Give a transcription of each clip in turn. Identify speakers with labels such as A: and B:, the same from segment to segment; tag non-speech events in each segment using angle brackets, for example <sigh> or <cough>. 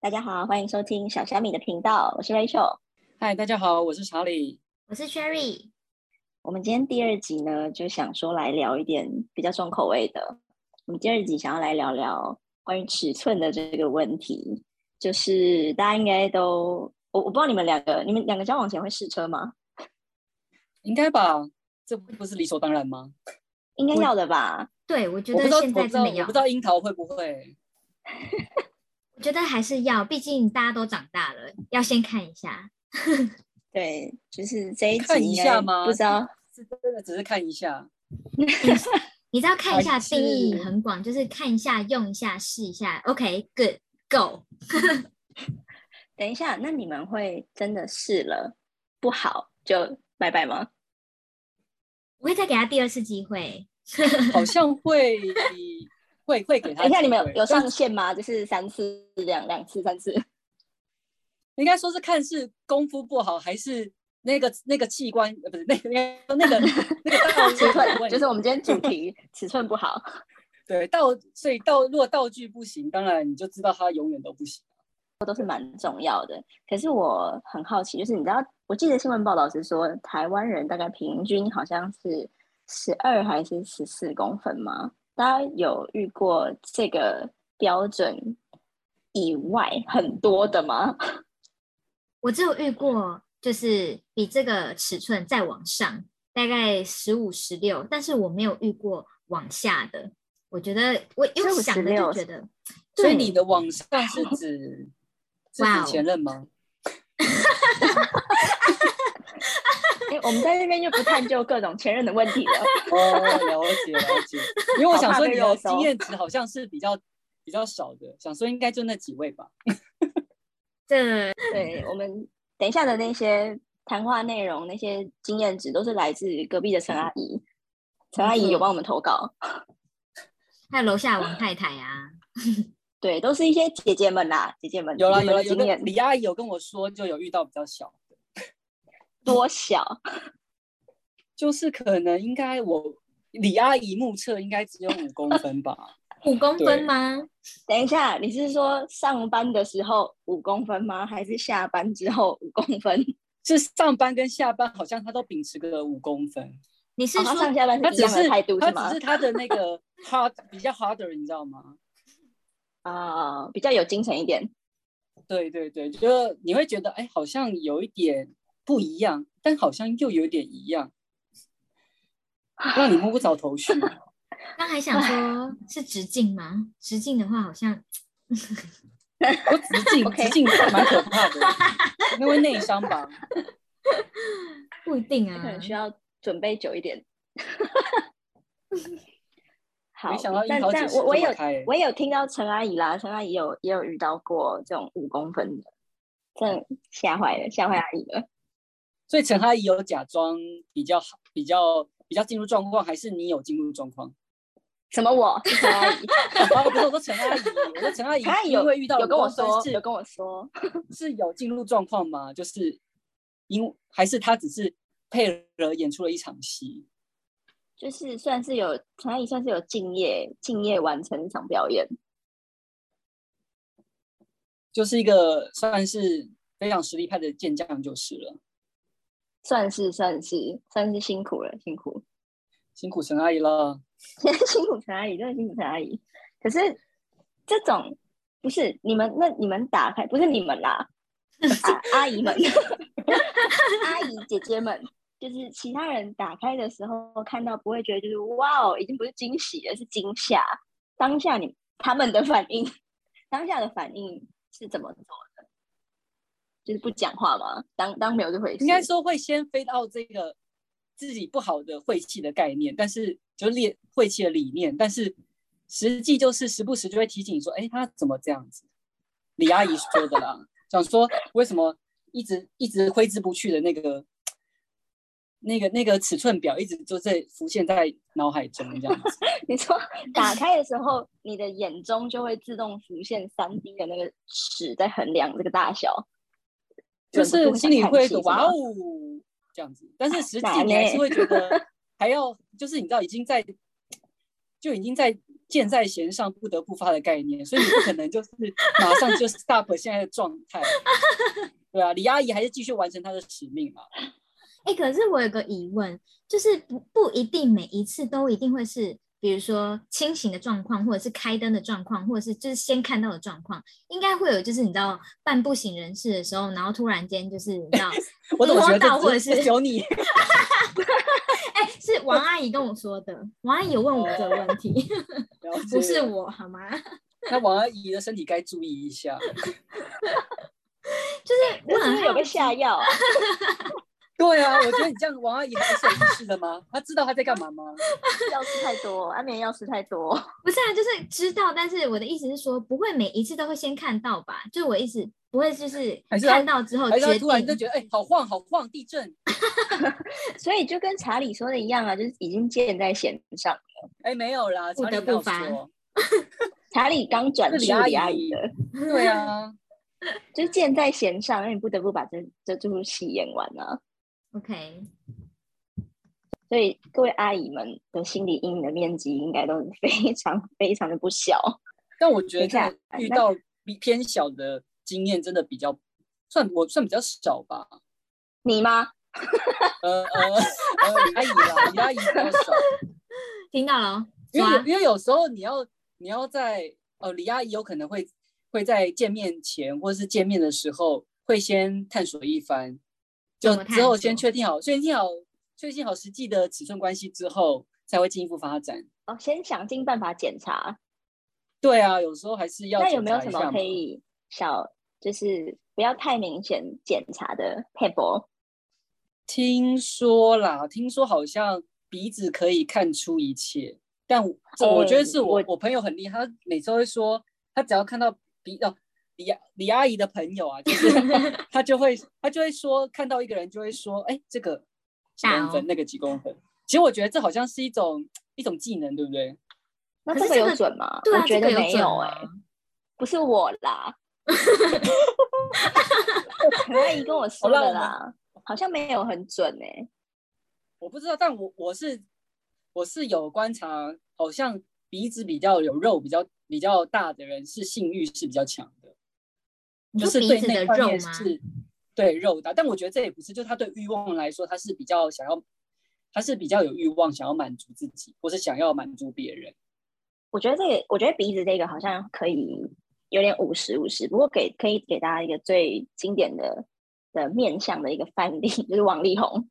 A: 大家好，欢迎收听小虾米的频道，我是 Rachel。
B: 嗨，大家好，我是查理。
C: 我是 Cherry，
A: 我们今天第二集呢，就想说来聊一点比较重口味的。我们第二集想要来聊聊关于尺寸的这个问题，就是大家应该都，我我不知道你们两个，你们两个交往前会试车吗？
B: 应该吧？这不是理所当然吗？
A: 应该
C: 我
A: 要的吧？
C: 对我觉
B: 我不
C: 得
B: 知道，我
C: 现在
B: 不知
C: 真
B: 道，
C: 的
B: 我
C: 要
B: 不知，道樱桃会不
A: <laughs>
B: 会。
C: 我觉得还是要，毕竟大家都长大了，要先看一下。
A: 对，就是这一集
B: 看一
A: 应该
B: 下吗
A: 不知道，
B: 是真的只是看一下，
C: 你知道看一下
B: 还啊是
C: 定义很广，就是看一下、用一下、试一下。OK，Good、Go。
A: 等一下，那你们会真的试了不好就拜拜吗？
C: 我会再给他第二次机会。
B: 好像会会会给
A: 等
B: 他机会。
A: 一下，你们有有
B: 但
A: 上限吗？就是三次、两两次、三次。
B: 应该说是看是功夫不好，还是那个那个器官呃不是那个那个那个道具
A: 尺
B: <laughs> 有
A: 寸，
B: 问
A: 就
B: 题
A: 是我们今天主题尺寸不好。
B: 对道，所以道如果道具不行，当然你就知道它永远都不行。
A: 可是我很好奇，就是你知道，我记得新闻报道是说，台湾人大概平均好像是十二还是十四公分吗？大家有遇过这个标准以外很多的吗？ <laughs>
C: 我只有遇过，就是比这个尺寸再往上，大概十五、十六，但是我没有遇过往下的。我觉得我用
A: 15
C: 想的就
A: 16
C: 觉得，
B: 所以
C: 对
B: 你的网上是
A: <laughs>
B: 指是
C: 哇哦
B: 指前任吗？
A: 哎、我们在这边就不探究各种前任的问题了。
B: 哦，了解了解，因为我
A: 好
B: 想
A: 怕
B: 说
A: 被
B: 你
A: 热
B: 的
A: 搜
B: 经验
A: <laughs>
B: 值好像是比较比较少的，想说应该就那几位吧。
C: 这
A: 对我们等一下的那些谈话内容、那些经验值，都是来自隔壁的陈阿姨。陈阿姨有帮我们投稿，
C: 还有楼下王太太
B: <laughs>
C: 啊，
A: 对，都是一些姐姐们啦，姐姐们
B: 有啦
A: 姐姐们
B: 有啦，
A: 的
B: 有
A: 经
B: 跟
A: 验
B: 李阿姨有跟我说，就有遇到比较小的，
A: 多小？
B: 就是可能应该我李阿姨目测应该只有五公分吧。
C: 五公
B: 对
C: 分吗？
A: 等一下，你是说上班的时候五公分吗？还是下班之后五公分？
B: 是上班跟下班好像她都秉持个五公分，
C: 你是
A: 哦
C: 说、
A: 他上下班
B: 她
A: 是一
B: 只
A: 样的
B: 是
A: 态度
B: 她
A: 是吗
B: 只是？她的那个 hard 比较 harder，你知道吗？
A: 啊、比较有精神一点。
B: 对对对，就是你会觉得哎，好像有一点不一样，但好像又有点一样，让你摸不着头绪。
C: 刚还想说是直径吗？直径的话，好像
B: 我直
A: <laughs>
B: 径
A: OK
B: 直径蛮可怕的，那会内伤吧？
C: 不一定
A: 可
B: 嗯
C: 啊。
A: 能需要准备久一点。好，
B: 没想到樱
A: 但
B: 桃姐
A: 但
B: 是
A: 我我
B: 这么
A: 有
B: 开欸
A: 我有听到陈阿姨啦，陈阿姨有也有遇到过这种五公分的，真的吓坏了，吓坏阿姨了。
B: 所以陈阿姨有假装比较好，比较比较进入状况，还是你有进入状况？ <laughs>
A: 什么我？是陈阿姨，
B: 哦，不是，我说陈阿姨，我说陈阿姨，
A: 陈阿姨
B: 因
A: 有
B: 为遇到
A: 有跟我
B: 五公分
A: 说，
B: 是
A: 有跟我说，
B: <laughs> 是有进入状况吗？就是因还是她只是配合演出了一场戏？
A: 就是算是有陈阿姨算是有敬业，敬业完成一场表演。
B: 就是一个算是非常实力派的健将就是了。
A: 算是算是算是辛苦了，辛苦，
B: 辛苦陈阿姨了，
A: 辛苦陈阿姨，真的辛苦陈阿姨。可是这种不是你们，那你们打开不是你们
B: <laughs>
A: 啦，啊、阿姨们，阿姨姐姐们，就是其他人打开的时候看到不会觉得就是哇哦，已经不是惊喜了，是惊吓。当下你他们的反应，当下的反应是怎么做的？就是不讲话吗？当当没有这回事，
B: 应该说会先飞到这个自己不好的晦气的概念，但是就列晦气的理念，但是实际就是时不时就会提醒你说，哎，他怎么这样子？李阿姨说的啦，想说为什么一直一直挥之不去的那个。那个那个尺寸表一直就在浮现在脑海中，这样子。
A: 你说打开的时候，你的眼中就会自动浮现三 D 的那个尺在衡量这个大小，
B: 就
A: 忍不住
B: 是
A: 会
B: 心
A: 想
B: 里
A: 看
B: 会
A: 戏
B: 有
A: 是吗
B: 哇哦这样子，但是实际
A: 哪
B: 你还
A: 嘞
B: 是会觉得还要，就是你知道已经在就已经在箭在弦上不得不发的概念，所以你不可能就是马上就 stop 现在的状态，对啊，李阿姨还是继续完成她的使命嘛。
C: 哎、可是我有个疑问，就是不不一定每一次都一定会是，比如说清醒的状况，或者是开灯的状况，或者是就是先看到的状况，应该会有就是你知道半不省人事的时候，然后突然间就是你
A: <laughs>
C: 知道，
B: 我怎么觉
C: 我懂或
B: 得
C: 者
B: 只只
C: 是
B: 只有你？
C: 哎、是王阿姨跟我说的，王阿姨有问我这个问题， <laughs>
B: 了
C: 不是
B: 解
C: 我好吗？
B: 那王阿姨的身体该注意一下。
C: 就是我
A: 是不
C: 很
A: 是有
C: 好
A: 被 <laughs> 下药啊？
B: 对啊，我觉得你这样，王阿姨还是有意识的吗？她知道她在干嘛吗？
A: 药吃太多，安眠药吃太多。
C: 不是啊，就是知道，但是我的意思是说，不会每一次都会先看到吧？就我意思，不会就是
B: 还是
C: 看
B: 她
C: 到之后
B: 还是她
C: 决
B: 突然就
C: 定。
B: 觉得，哎、好晃，好晃，地震！
A: <laughs> 所以就跟查理说的一样啊，就是已经箭在弦上。
B: 哎、没有啦，
C: 不
B: 查理
C: 得
B: 没有
C: 不发
B: 说。
A: 查理刚转
B: 是李
A: 述
B: 阿
A: 李阿
B: 姨
A: 姨的，
B: 对啊，
A: 就是箭在弦上，那你不得不把这这这出戏演完啊。
C: <laughs> OK，
A: 所以各位阿姨们的心理阴影的面积应该都是非常非常的不小。
B: 但我觉
A: 等
B: 得
A: 一下
B: 真的遇
A: 那
B: 到比偏小的经验真的比较算我算比较少吧。
A: 你吗？
B: 呃呃呃，李阿姨啦，李阿姨比较少，
C: 听到了哦，
B: 因为
C: 抓
B: 有因为有时候你要你要在呃李阿姨有可能会会在见面前或是见面的时候会先探索一番，就
C: 怎么探
B: 之后先
C: 索
B: 确定好确定好确定好实际的尺寸关系之后才会进一步发展。
A: 哦，先想尽办法检查。
B: 对啊，有时候还是要
A: 那有
B: 检
A: 没有
B: 查
A: 什
B: 一
A: 么
B: 下
A: 可
B: 嘛
A: 以小，就是不要太明显检查的 table？
B: 听说啦，听说好像鼻子可以看出一切，但我这我觉得
A: 哎
B: 是我、
A: 我
B: 我朋友很厉害，他每次会说，他只要看到鼻哦李阿李阿姨的朋友啊，就是 <laughs> 他就会他就会说看到一个人就会说，哎，这个几
C: 大
B: 公分，
C: 哦
B: 那个几公分。其实我觉得这好像是一种一种技能，对不对？
A: 那
C: 可
A: 这
C: 是
A: 个
C: 这
A: 有
C: 个
A: 准吗？
C: 对啊，
A: 我觉得
C: 这个
A: 没
C: 准
A: 有哎、
C: 吗
A: 不是我
C: <laughs>
A: 啦，陈阿姨跟我说
B: 好
A: 的
B: 啦
A: 啦，好像没有很准哎、
B: 我不知道，但我我是我是有观察，好像鼻子比较有肉、比较比较大的人是性欲是比较强的。
C: 你
B: 就是
C: 说鼻
B: 对
C: 子
B: 那
C: 的
B: 块
C: 肉
B: 面
C: 吗？
B: 是对肉的，但我觉得这也不是，就是他对欲望来说，他是比较想要，他是比较有欲望，想要满足自己，或是想要满足别人。
A: 我觉得这个，我觉得鼻子这个好像可以有点五十五十，不过给可以给大家一个最经典的的面向的一个范例， <laughs> 就是王力宏。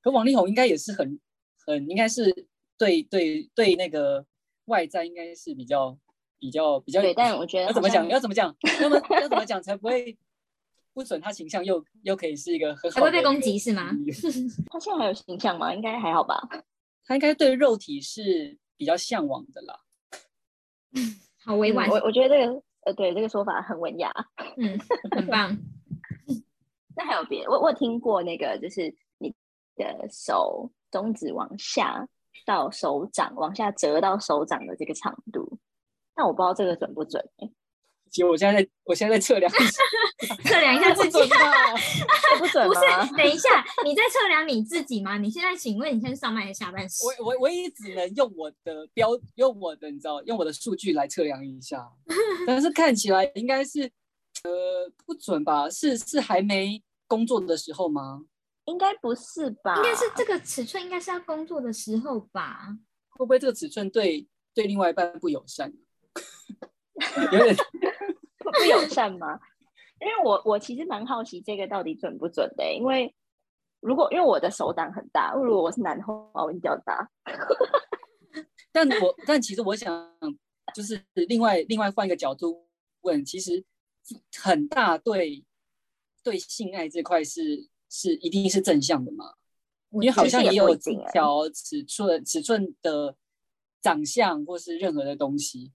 B: 可王力宏应该也是很很，应该是对对对那个外在应该是比较比较比较。
A: 对，但我觉得
B: 要
A: 好
B: 怎么讲？
A: 像
B: 要怎么讲？要么要怎么讲才不会不损他形象，又又可以是一个很好
C: 还
B: 的
C: 会
B: 一 <laughs>
C: 被
B: 个
C: 攻击是吗？
B: 比喻
A: 他现在还有形象吗？应该还好吧。
B: 他应该对肉体是比较向往的啦。
C: 好委婉
A: 嗯，我我觉得这个呃，对这个说法很文雅。
C: 嗯，很棒。
A: 那还有别的，我我有听过那个，就是你的手中指往下到手掌，往下折到手掌的这个长度。但我不知道这个准不准、欸，
B: 结果我现在在我现在在测量一下
C: 测量一
B: <laughs>
C: 下自己，
A: 这不准
C: <laughs> 不
A: 吗？
C: 是？等一下，你在测量你自己吗？你现在请问你现在是上半还是下半身？
B: 我我我也只能用我的标，用我的你知道，用我的数据来测量一
C: <laughs>
B: 下，但是看起来应该是呃不准吧？是是还没工作的时候吗？
A: 应该不是吧？
C: 应该是这个尺寸，应该是要工作的时候吧？
B: 会不会这个尺寸对对另外一半不友善？ <laughs> 有点
A: 不不友善吗？因为我我其实蛮好奇这个到底准不准的、欸因为如果因为我的手掌很大，如果我是男的话，我一定比较大。
B: 但我但其实我想，就是另外另外换一个角度问，其实很大对对性爱这块是是一定是正向的嘛？
C: 我
B: 因为好
A: 其实
B: 像
A: 也
B: 也
A: 不
B: 有
A: 一定欸
B: 条尺寸尺寸的长相或是任何的东西，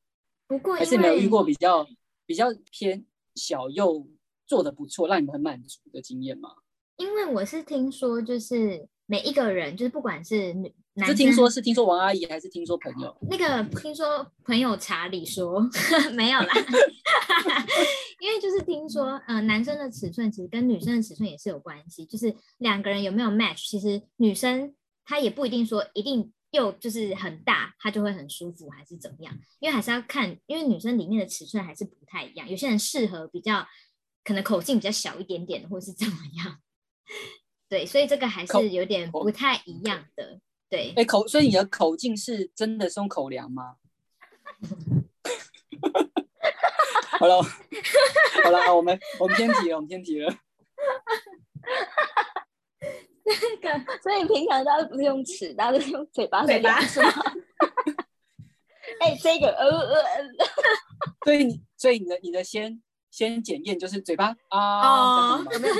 C: 不过
B: 还
C: 因
B: 是
C: 为
B: 没有遇过比较比较偏小又做的不错，让你们很满足的经验吗？
C: 因为我是听说，就是每一个人，就是不管是女男
B: 是
C: 生，
B: 听说是听说王阿姨还是听说朋友？
C: 那个听说朋友查理说 <laughs>
B: <laughs>
C: 没有啦，因为就是听说，呃，男生的尺寸其实跟女生的尺寸也是有关系，就是两个人有没有 match，其实女生她也不一定说一定又就是很大，它就会很舒服，还是怎么样？因为还是要看，因为女生里面的尺寸还是不太一样，有些人适合比较可能口径比较小一点点，或是怎么样。 <laughs> 对，所以这个还
B: 口
C: 是有点
B: 口
C: 不太一样的。对，
B: 哎，口，所以你
A: 嗯
B: 的口径是真的是用口
A: <laughs>
B: 量吗？好了，好了，我们我们偏题了，我们偏题了。
C: 这个
A: 所以平常大家都不是用尺，大家都是用嘴巴在
C: 嘴巴
A: 量是吗？哎、这个呃呃呃，
B: 所以你，所以你的你的先先检验就是嘴巴啊，
C: 哦
B: 这
A: 有
B: 样子吗
A: 没有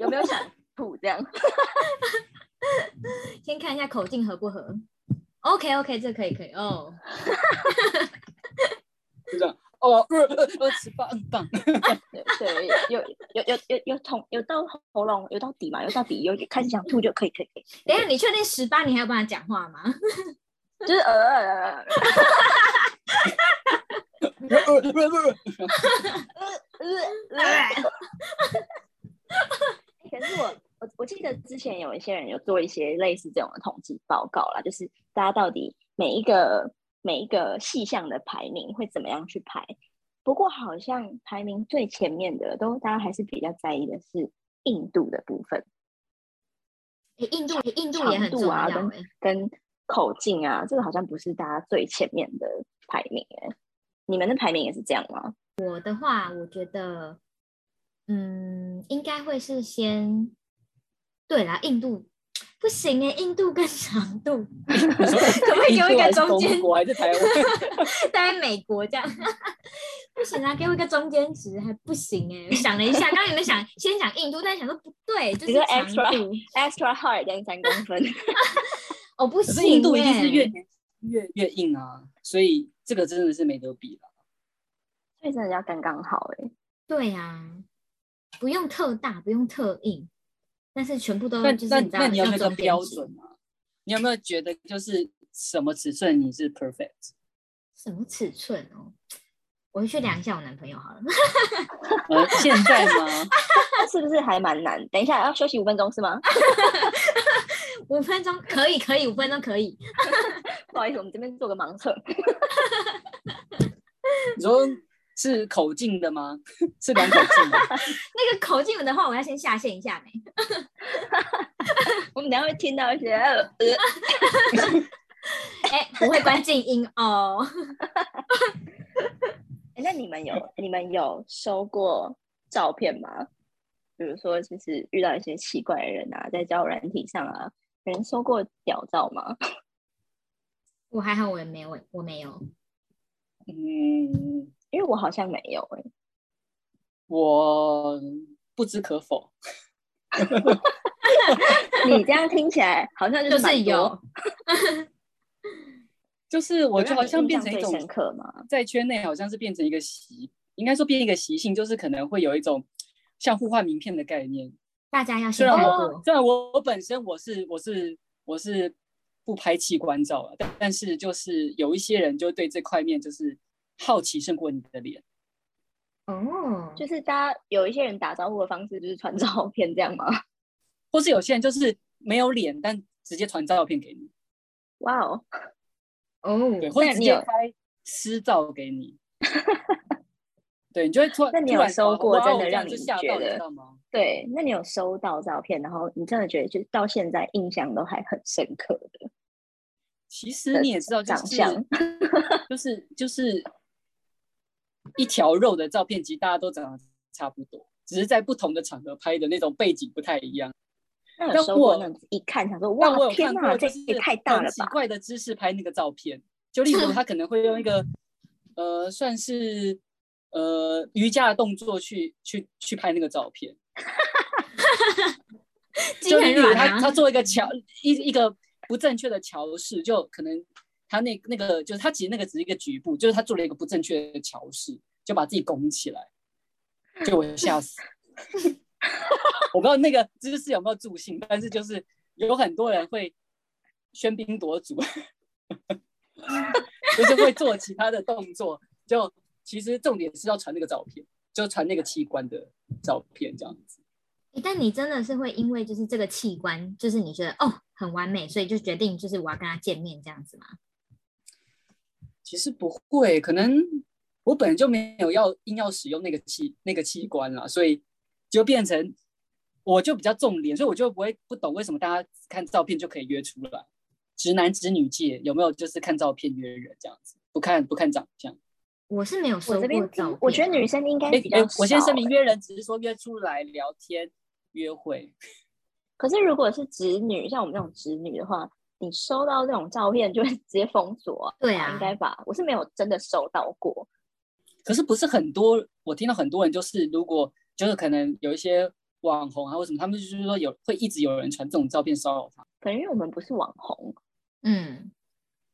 A: 有没有想吐这样？ <laughs>
C: 先看一下口径合不合。OK OK，这可以可以哦。
B: 就这样
C: <laughs>
B: 哦，呃呃呃，吃饭很棒。
A: 对对，有有有有有痛，有到喉咙，有到底嘛，有到底，有开始想吐就可以可以可以，
C: 等一下，你确定十八你还要帮他讲话吗？
A: 就是呃呃呃
B: 呃呃呃呃
A: 呃 <laughs> 呃。哎可是我我我记得之前有一些人有做一些类似这种的统计报告啦，就是大家到底每一个每一个细项的排名会怎么样去排。不过好像排名最前面的都大家还是比较在意的是硬度的部分
C: 诶印度印度
A: 长
C: 也很
A: 度
C: 重要
A: 啊跟
C: 哎、
A: 跟口径啊，这个好像不是大家最前面的排名哎、你们的排名也是这样吗？
C: 我的话，我觉得，嗯，应该会是先，对啦，印度不行哎、印度跟长度，
B: 你说
C: 可不可以给我一个中
B: 印
C: 间
B: 度还是中国还是
C: <laughs>
B: 台湾？
C: 待在美国这样，不行啊，给我一个中间值还不行哎、我想了一下，刚刚你们想先想印度，但想说不对，就
A: 你
C: 是
A: 说
C: 长
A: extra
C: 度，
A: extra hard 等于三公分， <laughs>
C: 哦不
B: 可
C: 行、
B: 是
C: 欸，
B: 印度一定是越年越越硬啊，所以这个真的是没得比了。
A: 所以真的要刚刚好哎、
C: 对呀、啊，不用特大，不用特硬，但是全部都
B: 那
C: 嗯就是
B: 那
C: 你知道
B: 那你有没有一个
C: 中间
B: 标
C: 值
B: 准啊？你有没有觉得就是什么尺寸你是 perfect？
C: 什么尺寸哦？我会去
B: 嗯
C: 量一下我男朋友好了。 <laughs>
B: 呃，现在吗？
A: 那是不是还蛮难？等一下要休息五分钟是吗？ <laughs>
C: 五分钟可以，可以，五分钟可以。
A: 不好意思，我们这边做个盲测，
B: 你说是口径的吗？ <laughs> 是量口径的。
C: 那个口径的话，我要先下线一下呢。
A: 我们等一下会听到一些呃呃
C: 哎、不会关静音哦。 <laughs>
A: 欸那你们有你们有收过照片吗？比如说，就是遇到一些奇怪的人啊，在交友软体上啊，有人收过屌照吗？
C: 我还好，我也没有，我没有。
B: <laughs> 嗯，
A: 因为我好像没有哎、
B: 我不知可否。
A: 你这样听起来好像就
C: 就是
A: 蛮
C: 是
A: 多
C: 有，
B: 就是我
A: 有
B: 就
A: 让
B: 好
A: 你
B: 像
A: 印
B: 变
A: 象
B: 成一
A: 最
B: 种
A: 深刻吗？
B: 在圈内好像是变成一个习，应该说变一个习性，就是可能会有一种像互换名片的概念。
C: 大家要
B: 虽
C: 先
B: 然
C: 看
B: 我
A: 哦
C: 过。
B: 虽然我我本身我是我是我是不拍器官照啊，但但是就是有一些人就对这块面就是好奇胜过你的脸。
C: 哦，
A: 就是大家有一些人打招呼的方式就是传 <laughs> 照片这样吗？
B: 或是有些人就是没有脸，但直接传照片给你，
A: 哇哦，
C: 哦，
B: 对，或者
A: 那
B: 直
A: 你
B: 接
A: 有
B: 拍私照给你， <laughs> 对，你就会突然
A: 那你
B: 突
A: 有
B: 然
A: 收
B: 哇
A: 过
B: 哦
A: 真的
B: 这样
A: 让
B: 就
A: 你
B: 吓
A: 觉
B: 到，你
A: 得
B: 知道吗？
A: 对，那你有收到照片，然后你真的觉得就是到现在印象都还很深刻的
B: 其实
A: 的
B: 你也知道，就
A: 长
B: 是
A: 相
B: <laughs> 就是就是一条肉的照片，其实大家都长得差不多，只是在不同的场合拍的那种背景不太一样。
A: 那有
B: 但
A: 收过
B: 我
A: 那种一看想说
B: 但我
A: 哇
B: 有
A: 天
B: 看
A: 哪，
B: 过，
A: 这
B: 就是
A: 也太大
B: 很
A: 了
B: 奇
A: 吧！
B: 怪的姿势拍那个照片，就例如他可能会用一个呃，算是呃瑜伽的动作去去去拍那个照片，
C: 筋
B: 就例
C: 很
B: 如
C: 软
B: 他他
C: 啊。
B: 做一个桥一一个不正确的桥式，就可能他那那个就是他其实那个只是一个局部，就是他做了一个不正确的桥式，就把自己拱起来，就我吓死。 <laughs> 我不知道那个姿势有没有助兴，但是就是有很多人会喧宾夺主， <laughs> 就是会做其他的动作。就其实重点是要传那个照片，就传那个器官的照片这样子。
C: 诶但你真的是会因为就是这个器官，就是你觉得哦很完美，所以就决定就是我要跟他见面这样子吗？
B: 其实不会，可能我本来就没有要硬要使用那个器那个器官啦，所以就变成我就比较重脸，所以我就不会不懂为什么大家看照片就可以约出来。直男直女界有没有就是看照片约人这样子？不看不看长相。
C: 我是没有收
A: 我
C: 过
A: 这边
C: 照片，啊
A: 我觉得女生应该
B: 哎、
A: 比较
B: 哎我先
A: 少
B: 声明，
A: 欸
B: 约人只是说约出来聊天、约会。
A: 可是如果是直女，像我们这种直女的话，你收到这种照片就会 <laughs> 直接封锁、啊。
C: 对啊
A: 应该吧？我是没有真的收到过。
B: 可是不是很多，我听到很多人就是，如果就是可能有一些网红啊或什么，他们就是说有会一直有人传这种照片骚扰他。
A: 可能因为我们不是网红，
C: 嗯，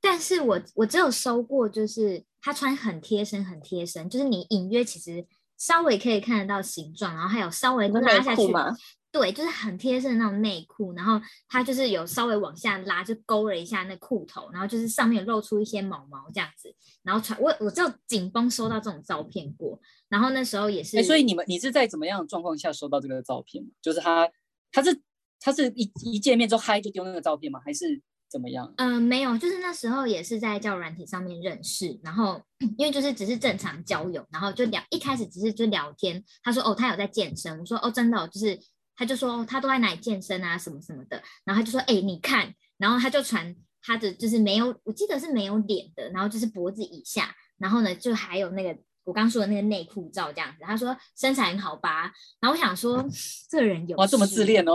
C: 但是我我只有收过，就是他穿很贴身，很贴身，就是你隐约其实稍微可以看得到形状，然后还有稍微
A: 你说
C: 拉
A: 内
C: 下去
A: 裤，吗？
C: 对，就是很贴身的那种内裤，然后他就是有稍微往下拉，就勾了一下那裤头，然后就是上面有露出一些毛毛这样子，然后穿我我只有紧绷收到这种照片过，然后那时候也是，
B: 哎、所以你们你是在怎么样的状况下收到这个照片吗？就是他他是他是一一见面就嗨就丢那个照片吗？还是怎么样？
C: 嗯、没有，就是那时候也是在交友软体上面认识，然后因为就是只是正常交友，然后就聊，一开始只是就聊天。他说哦，他有在健身，我说哦，真的、哦，就是他就说、哦他都在哪里健身啊，什么什么的。然后他就说哎、你看，然后他就传他的就是没有，我记得是没有脸的，然后就是脖子以下，然后呢就还有那个我刚说的那个内裤照这样子。他说身材很好吧，然后我想说 <laughs> 这人有
B: 哇，这么自
C: 事，
B: 恋哦！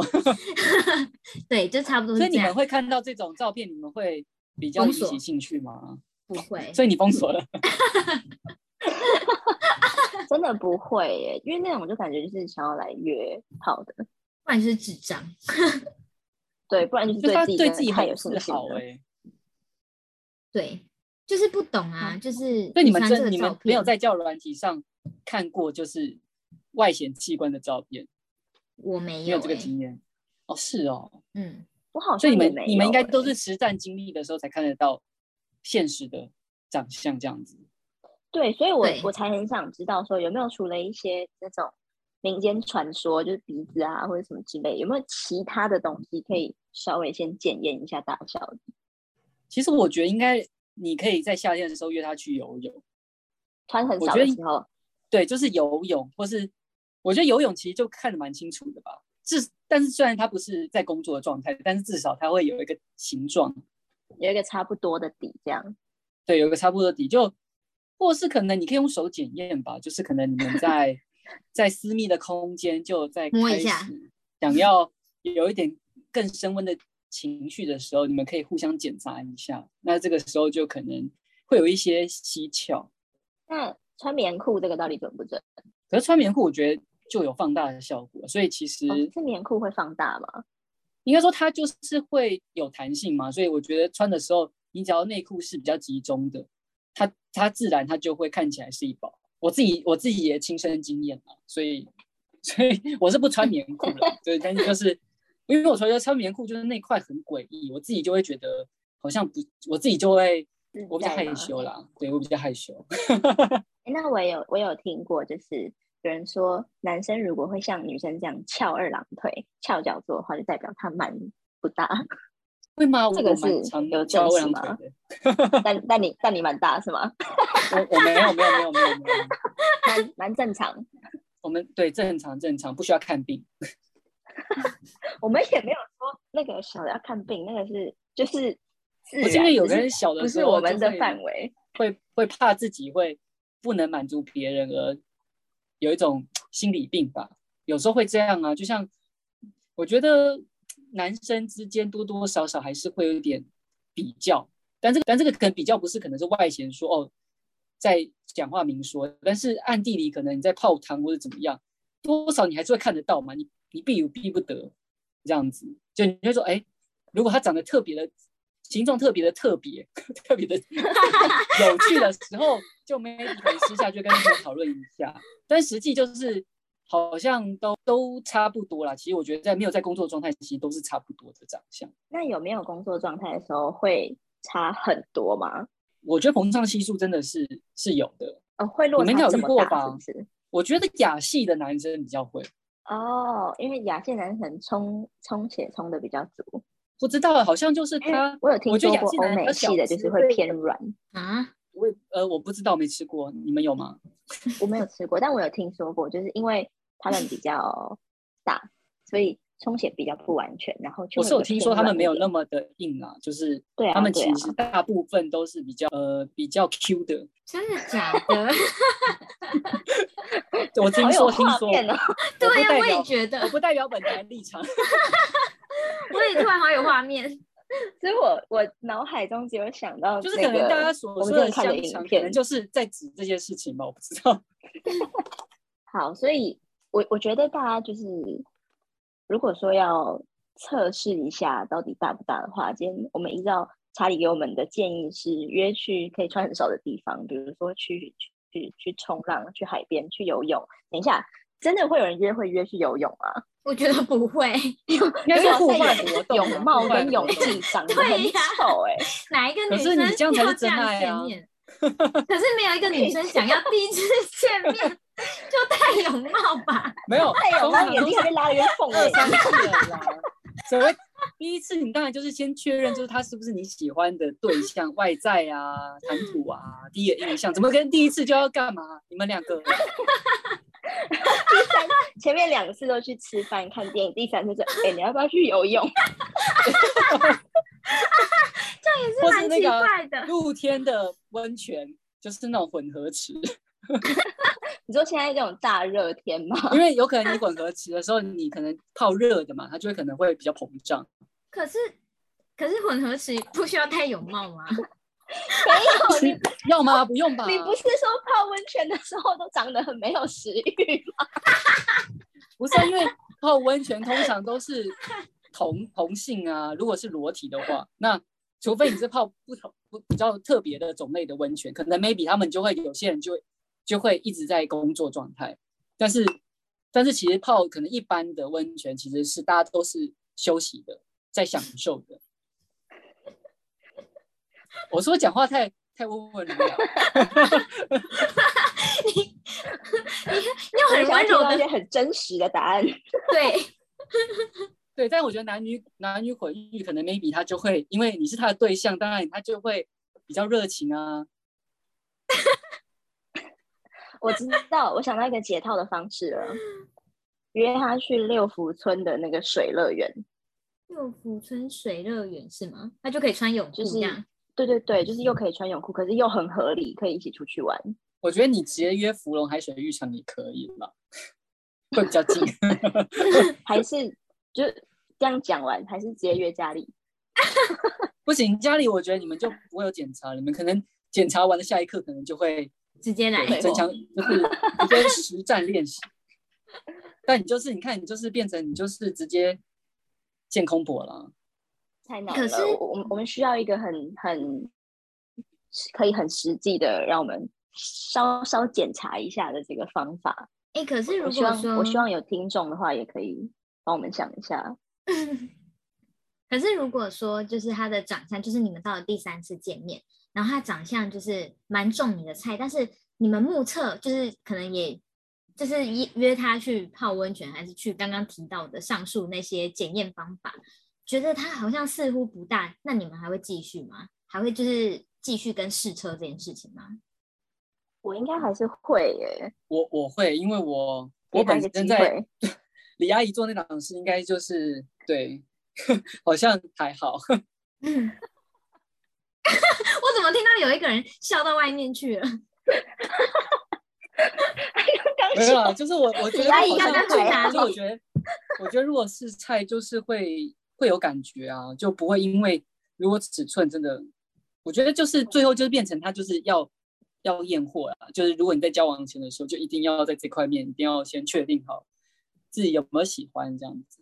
C: 对，就差不多是
B: 所以
C: 这
B: 你们
C: 样，
B: 会看到这种照片，你们会比较
C: 封
B: 引
C: 锁
B: 起兴趣吗？
C: 不会，
B: 所以你封锁了，
A: 真的不会耶，因为那种就感觉就是想要来约炮的，
C: 不然就是智障。
A: 对，不然就是
B: <laughs> 就他
A: 对自己真的
B: 对自己
A: 太
B: 很
A: 有
B: 自
A: 信心
B: 豪
A: 了。
B: 哎、
C: 对，就是不懂啊，就是
B: 哦所以你们
C: 传这
B: 真
C: 个
B: 你
C: 照
B: 们没有
C: 片，
B: 在交友软体上看过就是外显器官的照片，
C: 我
B: 没
C: 没
B: 有
C: 有
B: 这个
C: 欸
B: 经验。哦，是哦，
C: 嗯，
A: 我哎好
B: 所
A: 像
B: 以你
A: 也
B: 们
A: 没
B: 你们应该
A: 有哎欸
B: 都
A: 耶
B: 是实战经历的时候才看得到现实的长相这样子。
A: 对，所以我
C: 对
A: 我才很想知道说有没有除了一些那种民间传说，就是鼻子啊或者什么之类，有没有其他的东西可以稍微先检验一下大小的？
B: 其实我觉得应该你可以在夏天的时候约他去游泳，
A: 穿很
B: 我
A: 少
B: 觉
A: 的
B: 得
A: 时候，
B: 对，就是游泳，或是我觉得游泳其实就看得蛮清楚的吧。至但是虽然他不是在工作的状态，但是至少他会有一个形状，
A: 有一个差不多的底，这样
B: 对，有一个差不多的底，就或是可能你可以用手检验吧，就是可能你们在在私密的空间就在
C: 摸一
B: 开
C: 下
B: 始想要有一点更升温的情绪的时候，你们可以互相检查一下。那这个时候就可能会有一些蹊跷。
A: 那穿棉裤这个到底准不准？
B: 可是穿棉裤，我觉得就有放大的效果，所以其实
A: 哦是棉裤会放大吗？
B: 应该说它就是会有弹性嘛，所以我觉得穿的时候，你只要内裤是比较集中的，它它自然它就会看起来是一包。我自己我自己也亲身经验嘛，所以所以我是不穿棉裤的，对，但是就是因为我觉得穿棉裤就是那块很诡异，我自己就会觉得好像不，我自己就会
A: 自
B: 我比较
A: 在
B: 害
A: 吗
B: 羞啦，对我比较害羞， <laughs>
A: 诶那我也有我也有听过，就是有人说男生如果会像女生这样翘二郎腿、翘脚坐的话，就代表他蛮不大。
B: 会吗？
A: 这个
B: 我蛮
A: 是
B: 常
A: 有
B: 翘
A: 证
B: 二
A: 实
B: 郎
A: 吗
B: 腿的，
A: 但但你但你蛮大是吗？ <laughs>
B: 我我没有没有没有没有没有，
A: 蛮蛮正常，
B: 我们对正常正常，不需要看病。
A: 我们也没有说那个小的要看病，那个是就是自
B: 哦不是因
A: 然，
B: 为有
A: 只
B: 的
A: 是
B: 人小的
A: 不
B: 时
A: 是
B: 候
A: 我
B: 就
A: 们的
B: 会
A: 范围。
B: 会会怕自己会不能满足别人而有一种心理病吧，有时候会这样啊。就像我觉得男生之间多多少少还是会有一点比较，但这个但这个可能比较不是可能是外显说哦，在讲话明说，但是暗地里可能你在泡汤或者怎么样，多少你还是会看得到嘛，你你避也避不得这样子，就你会说哎，如果他长得特别的形状特别的特别特别的有趣的时候，就 maybe 可能私下就跟你讨论一下，但实际就是好像都都差不多啦。其实我觉得在没有在工作状态，其实都是差不多的长相。
A: 那有没有工作状态的时候会差很多吗？
B: 我觉得膨胀系数真的是是有的，
A: 哦，会落
B: 你们应
A: 差
B: 该有
A: 这
B: 遇
A: 么
B: 过
A: 大是
B: 吧
A: 不是？
B: 我觉得亚系的男生比较会，
A: 哦，因为亚细男神充充血充的比较足，
B: 不知道，好像就是
A: 因为
B: 它，
A: 我有听
B: 我觉
A: 说
B: 得
A: 过
B: 亚细
A: 欧
B: 男
A: 美
B: 它小
A: 系的就是
B: 只
A: 会
B: 会
A: 偏软，
C: 啊，
B: 我也呃我不知道没吃过，你们有吗？
A: 我没有吃过，但我有听说过，就是因为他们比较大，所以充血比较不完全，然后就
B: 我
A: 会
B: 是有
A: 个
B: 听
A: 偏
B: 说他们
A: 软
B: 没
A: 一
B: 有
A: 点
B: 那么的硬啦，就是
A: 对啊
B: 他们
A: 对
B: 其
A: 啊
B: 实大部分都是比较呃比较 Q 的。
C: 真的
B: <laughs>
C: 假的？
B: 我听
A: 好有
B: 说听
A: 画
B: 说，
A: 面哦 <laughs>
B: 我不
C: 对呀、啊
B: 代
C: 我也
B: 表
C: 觉得
B: 我，不代表本台立场。
C: 我也突然好有画面。
A: 所以我我脑海中只有想到、那个，
B: 就是可能大家所
A: 我
B: 说
A: 们之
B: 的
A: 前看
B: 香
A: 的影
B: 肠，可
A: 片
B: 能，就是在指这件事情吧，我不知道。
A: 好，所以我我觉得大家就是，如果说要测试一下到底大不大的话，今天我们依照查理给我们的建议是约去可以穿很少的地方，比如说去去去去冲浪、去海边、去游泳。等一下，真的会有人约会约去游泳吗？
C: 我觉得不会，
B: 应该是
A: 游
B: 互
A: 泳
B: 换
A: 在
B: 活动啊，
A: 泳帽
B: 互换
A: 跟
B: 活
A: 泳
B: 动
A: 镜长得
C: 对
A: 很
C: 呀
A: 丑哎、
C: 哪一个
B: 可
C: 女
B: 是
C: 生
B: 你这样才
C: 要
B: 是
C: 这
B: 真
C: 样
B: 爱啊
C: 见面？可是没有一个女生想要第一次见面就戴泳帽吧？
B: 没有，
A: 哎 <laughs> 呦，
B: 通
A: 那
B: 常
A: 眼
B: 都
A: 睛
B: 是
A: 还被拉了一个缝哎、
B: 二三次了啦。所谓第一次，你当然就是先确认，就是他是不是你喜欢的对象，外在啊、谈吐啊、第一印象，怎么跟第一次就要干嘛？你们两
A: <laughs>
B: 个，
A: 前面两次都去吃饭看电影，第三次就哎、你要不要去游泳？
C: 也是
B: 或
C: 蛮
B: 是那
C: 奇
B: 个啊
C: 怪的。
B: 露天的温泉就是那种混合池，
A: 你说现在这种大热天吗？
B: 因为有可能你混合池的时候，你可能泡热的嘛，它就会可能会比较膨
A: <laughs>
B: 胀。
C: 可是可是混合池不需要戴泳帽
B: <laughs>
C: 啊吗？
A: 没有，哦你
B: 要吗？不用吧。
A: <laughs> 你不是说泡温泉的时候都长得很没有食欲吗？
B: 不是啊因为泡温泉通常都是同同性啊，如果是裸体的话，那除非你是泡不同不比较特别的种类的温泉，可能 maybe 他们就会有些人就会就会一直在工作状态，但是但是其实泡可能一般的温泉其实是大家都是休息的，在享受的。 <laughs> 我说讲话太太温文儒雅，
C: 又很
A: 我想
C: 温
A: 要听
C: 柔
A: 到一
C: 的
A: 些很真实的答案。
C: 对， <laughs>
B: 对，但我觉得男女男女混浴可能 maybe 他就会，因为你是他的对象，当然他就会比较热情啊。
A: 我知道，我想到一个解套的方式了，约他去六福村的那个水乐园。
C: 六福村水乐园是吗？那就可以穿泳裤
A: 就是
C: 这样。
A: 对对对，就是又可以穿泳裤，可是又很合理，可以一起出去玩。
B: 我觉得你直接约芙蓉海水浴场也可以啦，会比较近。 <laughs>
A: 还是就这样讲完，还是直接约家里？
B: 不行，家里我觉得你们就不会有检查，你们可能检查完的下一刻可能就会
C: 直接来，
A: 对
B: 增强，就是直接实战练习。 <laughs> 但你就是你看，你就是变成你就是直接见空搏了啊。
A: 太难
C: 可
A: 了。
C: 是
A: 我我们我们需要一个很很可以很实际的，让我们稍稍检查一下的这个方法。
C: 哎、可是
A: 我
C: 如
A: 希
C: 果
A: 望
C: 说，
A: 我希望有听众的话，也可以帮我们想一下。
C: 可是如果说就是他的长相，就是你们到了第三次见面，然后他长相就是蛮中你的菜，但是你们目测就是可能也就是约约他去泡温泉，还是去刚刚提到的上述那些检验方法，觉得他好像似乎不大，那你们还会继续吗？还会就是继续跟试车这件事情吗？ <laughs>
A: 我应该还是会耶，
B: 我我会，因为我
A: 给
B: 我
A: 他
B: 本
A: 一个
B: 身
A: 机
B: 在
A: 会
B: <laughs> 李阿姨做那档事，应该就是对， <laughs> 好像还好。 <laughs>
C: 嗯，我怎么听到有一个人笑到外面去了？ <laughs>
A: 刚
B: 没有啊啦，
A: 说
B: 就是我我觉
A: 李
B: 得
A: 阿姨
B: 好
A: 刚
B: 像
A: 刚
B: 会，
A: 去哪
B: 就我
A: 里
B: 觉得我觉得如果是菜，就是会会有感觉啊，就不会因为如果尺寸真的，我觉得就是最后就是变成他就是要要验货啦，就是如果你在交往前的时候，就一定要在这块面一定要先确定好自己有没有喜欢这样子，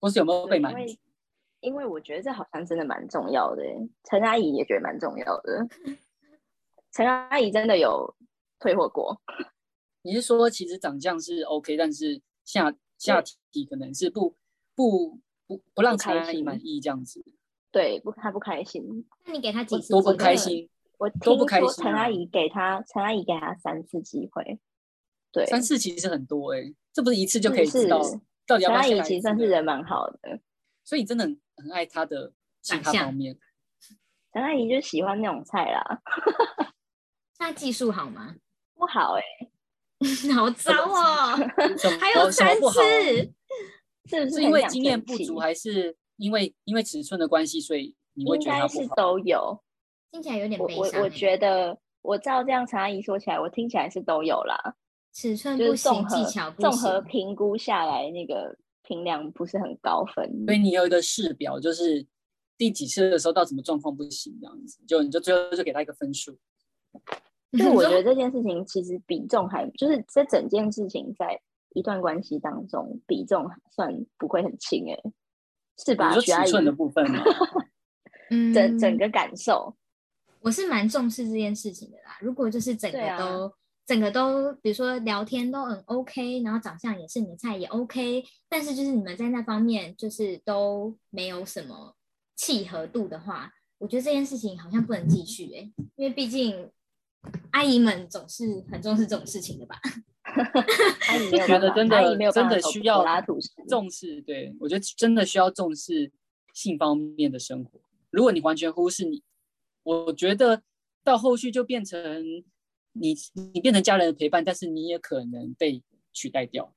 B: 或是有没有被
A: 对因
B: 满
A: 为
B: 足。
A: 因为我觉得这好像真的蛮重要的耶，陈阿姨也觉得蛮重要
B: <laughs>
A: 的。陈阿姨真的有退货过，
B: 你是说其实长相是 OK，但是下下体可能是不不不不让
A: 不开
B: 陈阿姨满
A: 心
B: 意这样子，
A: 对不？她不开心，
C: 那你给他几
B: 多
C: 次
B: 多不
C: 机会
B: 开心。
A: 我
B: 都不
A: 听
B: 开
A: 说
B: 心
A: 陈
B: 啊
A: 阿姨给他，陈阿姨给他三次机会，对，
B: 三次其实很多哎、这不是一次就可以
A: 是
B: 知道
A: 是
B: 到底
A: 小
B: 要不要
A: 阿
B: 下一
A: 姨
B: 次
A: 其实算是
B: 的
A: 人蛮好的，
B: 所以你真的很很爱他的其
C: 长
B: 他
C: 相
A: <laughs>
B: 方面。
A: 小阿姨就喜欢那种菜啦，
C: 那技术好吗？
A: 不好哎、
C: <laughs> 好糟
A: <laughs>
C: 哦，
B: 什么
C: 还有
B: 什么
C: 三
B: 不好啊
A: 哦
C: 次，
A: 是不
B: 是
A: 很
B: 因为
A: 想
B: 经验
A: 生
B: 不
A: 气
B: 足，还是因为因为尺寸的关系，所以你会
A: 应
B: 觉得他
A: 该
B: 不
A: 是
B: 好？
A: 都有。
C: 听起来有点
A: 我
C: 悲
A: 我
C: 伤欸。
A: 我觉得，我照这样陈阿姨说起来，我听起来是都有啦，
C: 尺寸
A: 就
C: 不
A: 是综
C: 行，
A: 合
C: 技巧不
A: 综合
C: 行，
A: 评估下来，那个评量不是很高分。
B: 所以你有一个试表，就是第几次的时候到什么状况不行这样子，就你就最后就给他一个分数。嗯
A: 就
C: <laughs>
A: 我觉得
C: 得
A: 这件事情其实比重还就是这整件事情在一段关系当中比重还算不会很轻哎、是
B: 你
A: 吧？
B: 说
A: 徐阿
B: 尺
A: 姨，
B: 寸的嗯部分
A: <laughs>
B: 嘛，
C: 嗯
A: 整整个感受，
C: 我是蛮重视这件事情的啦。如果就是整个
A: 对啊
C: 都、整个都，比如说聊天都很 OK，然后长相也是你的菜也 OK，但是就是你们在那方面就是都没有什么契合度的话，我觉得这件事情好像不能继续哎、因为毕竟阿姨们总是很重视这种事情的吧。 <laughs>
A: 阿姨没
B: 就
A: 有
B: 觉
A: 办
B: 得
A: 法
B: 真
A: 阿
B: 的
A: 姨没有
B: 真
A: 办法
B: 的
A: 走
B: 需
A: 柏
B: 要
A: 拉图式，
B: 重视，对我觉得真的需要重视性方面的生活。如果你完全忽视你，我觉得到后续就变成你你变成家人的陪伴，但是你也可能被取代掉。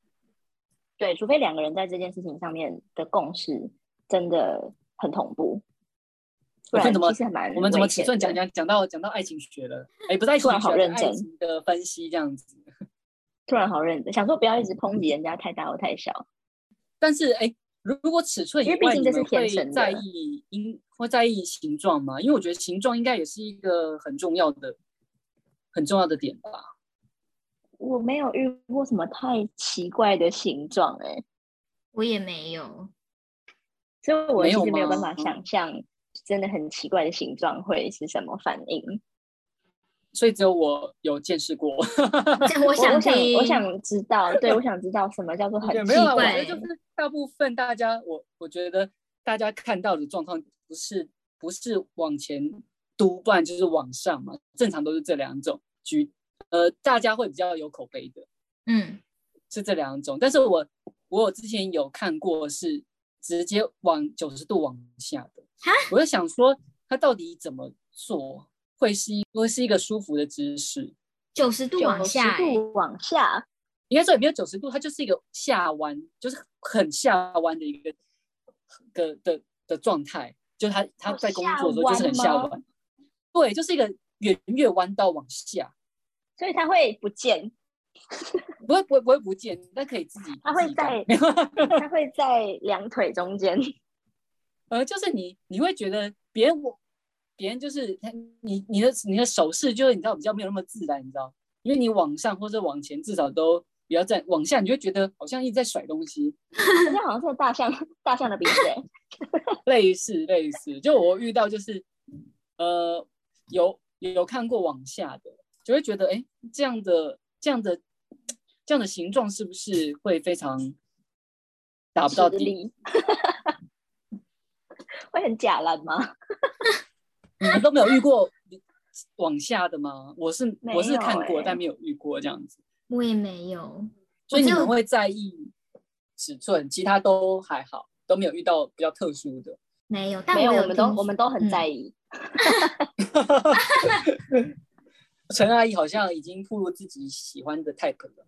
A: 对，除非两个人在这件事情上面的共识真的很同步，不
B: 我们
A: 然
B: 怎么
A: 其实还蛮
B: 我们怎么
A: 危
B: 尺
A: 险
B: 寸讲
A: 的
B: 讲讲到讲到爱情学了？哎，不是爱情
A: 突然
B: 学
A: 好
B: 啊
A: 认
B: 爱
A: 真
B: 情的分析这样子。
A: 突然好认真，想说不要一直抨击人家太大或太小，
B: 但是哎，如如果尺寸以
A: 因
B: 外，
A: 为毕竟
B: 你
A: 这是
B: 们
A: 天
B: 会
A: 生的
B: 在意因会在意形状吗？因为我觉得形状应该也是一个很重要的很重要的点吧。
A: 我没有遇过什么太奇怪的形状哎、欸
C: 我也没有，
A: 所以我
B: 没
A: 其
B: 有
A: 实没有办
B: 吗嗯
A: 法想象真的很奇怪的形状会是什么反应。
B: 所以只有我有见识过。 <laughs>
C: 我 <laughs>
A: 我我
C: 想
A: 想我
C: 听
A: 想知道，对我想知道什么叫做很
B: 对，
A: 奇
B: 没有啦，我
A: 怪
B: 觉得就是大部分大家，我我觉得大家看到的状况不是不是往前嘟，不然就是往上嘛，正常都是这两种举，呃，大家会比较有口碑的
C: 嗯，
B: 是这两种，但是我我有之前有看过是直接往九十度往下的
C: 哈，
B: 我就想说他到底怎么做会是一会是一个舒服的姿势。
C: 九十度往
A: 90
C: 下、欸，
A: 度往下，
B: 应该说也没有九十度，它就是一个下弯，就是很下弯的一个个的的状态，就是他他
A: 哦
B: 在工作的时候就是很
A: 下
B: 下
A: 弯吗
B: 弯，对，就是一个圆月弯到往下，
A: 所以它会不见，
B: 不会不会不会不见，但可以自己
A: 它会
B: 自己改啊
A: 在它会在两腿中间。 <laughs>
B: 呃，就是你你会觉得别人我别人就是他你你的你的手势就是你知道比较没有那么自然，你知道，因为你往上或者往前至少都比较在往下，你就会觉得好像一直在甩东西，
A: 好像好像是大象，大象的鼻子欸。
B: 类似类似，就我遇到就是，呃，有有看过往下的，就会觉得，哎，这样的这样的这样的形状是不是会非常打不到
A: 实
B: 底？
A: 力 <laughs> 会很假烂吗？
B: 你们都没有遇过往下的吗？我是
A: 没
B: 我是
A: 有欸
B: 看过，
A: 诶
B: 但没有遇过这样子，
C: 我也没有。
B: 所以你
C: 只有
B: 们会在意尺寸，其他都还好，都没有遇到比较特殊的。
C: 没有，但
A: 没有，
C: 我
A: 我们都
C: 听
A: 我们都很
C: 嗯
A: 在意。
B: 陈阿姨好像已经暴露自己喜欢的 type 了。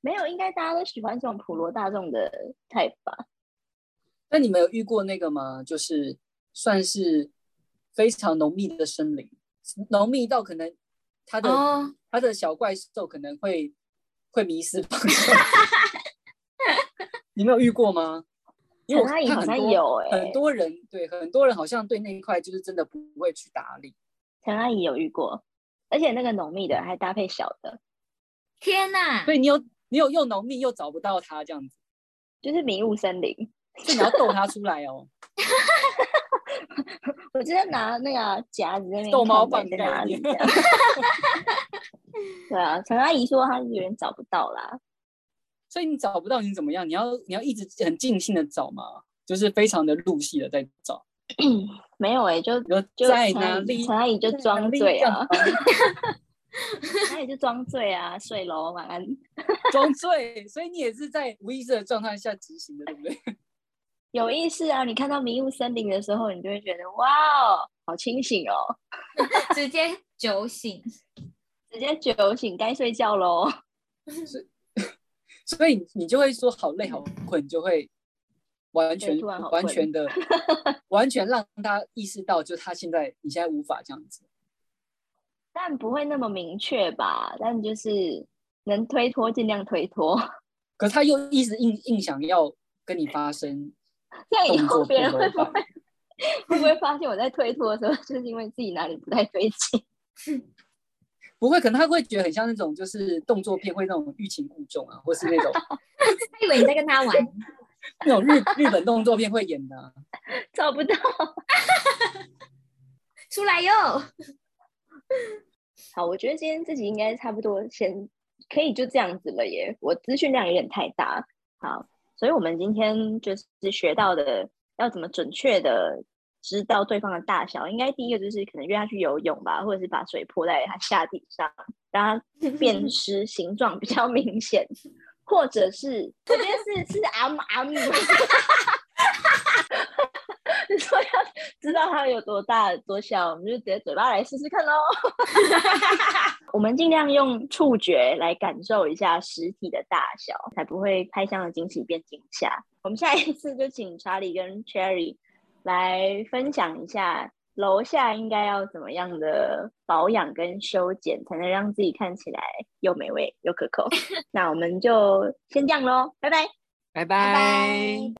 A: 没有，应该大家都喜欢这种普罗大众的 type 吧？
B: 那你们有遇过那个吗？就是算是非常浓密的森林，浓密到可能它的、
C: 哦，
B: 它的小怪兽可能会会迷失方
A: <laughs>
B: 向。你们有遇过吗？因为我
A: 陈阿姨
B: 看
A: 好
B: 很
A: 像
B: 多
A: 有欸
B: 很多人对很多人好像对那一块就是真的不会去打理。
A: 陈阿姨有遇过，而且那个浓密的还搭配小的，
C: 天哪！
B: 所以你有你有又浓密又找不到它这样子，
A: 就是迷雾森林。
B: 所以你要逗它出来哦。
A: 我记得拿那个夹子在那边
B: 逗猫
A: 看
B: 棒
A: 在
B: 概
A: 哪里
B: 念
A: 这样。 <laughs> 对啊，陈阿姨说她有点找不到啦，
B: 所以你找不到你怎么样？你要你要一直很尽兴的找嘛，就是非常的入戏的在找。
A: 没有哎、就
B: 你说
A: 就
B: 在
A: 陈阿
B: 哪
A: 姨
B: 里？
A: 陈阿姨就
B: 在哪
A: 装
B: 里
A: 醉
B: 干
A: 啊，
B: 嘛
A: 陈阿还有就装醉啊，睡喽，晚安。
B: 装醉，所以你也是在无意识的状态下执行的，对不对？ <laughs>
A: 有意思啊！你看到迷雾森林的时候，你就会觉得哇哦，好清醒哦，
C: 直接酒醒。 <laughs>
A: 直接酒醒，该睡觉喽。
B: 所以你就会说好累好困，你就会完全
A: 对突然好困
B: 完
A: <laughs>
B: 全的完全让他意识到，就是他现在你现在无法这样子。
A: <laughs> 但不会那么明确吧？但就是能推脱尽量推脱，
B: 可是他又一直硬硬想要跟你发生
A: 这样以
B: 动
A: 后
B: 作不
A: 别人
B: 柔
A: 会不
B: 软
A: 会，会不会发现我在推脱的时候，就是因为自己哪里不太对劲？ <laughs>
B: 不会，可能他会觉得很像那种就是动作片会那种欲擒故纵啊，或是那种 <laughs>
C: 他以为你在跟他玩，
A: <laughs>
B: 那种日日本动作片会演的啊、
A: 找不到。
C: 出来哟。
A: 好，我觉得今天自己应该差不多先可以就这样子了耶，我资讯量有点太大。好，所以我们今天就是学到的要怎么准确的知道对方的大小，应该第一个就是可能约他去游泳吧，或者是把水泼在他下体上，让他辨识形状比较明显，或者是我觉得是是 M M。你说要知道他有多大多小，我们就直接嘴巴来试试看喽。 <laughs> 我们尽量用触觉来感受一下实体的大小，才不会拍相的惊喜变惊吓。我们下一次就请查理跟 Cherry 来分享一下楼下应该要怎么样的保养跟修剪，才能让自己看起来又美味又可口。那我们就先这样喽，拜拜。
B: 拜
C: 拜拜。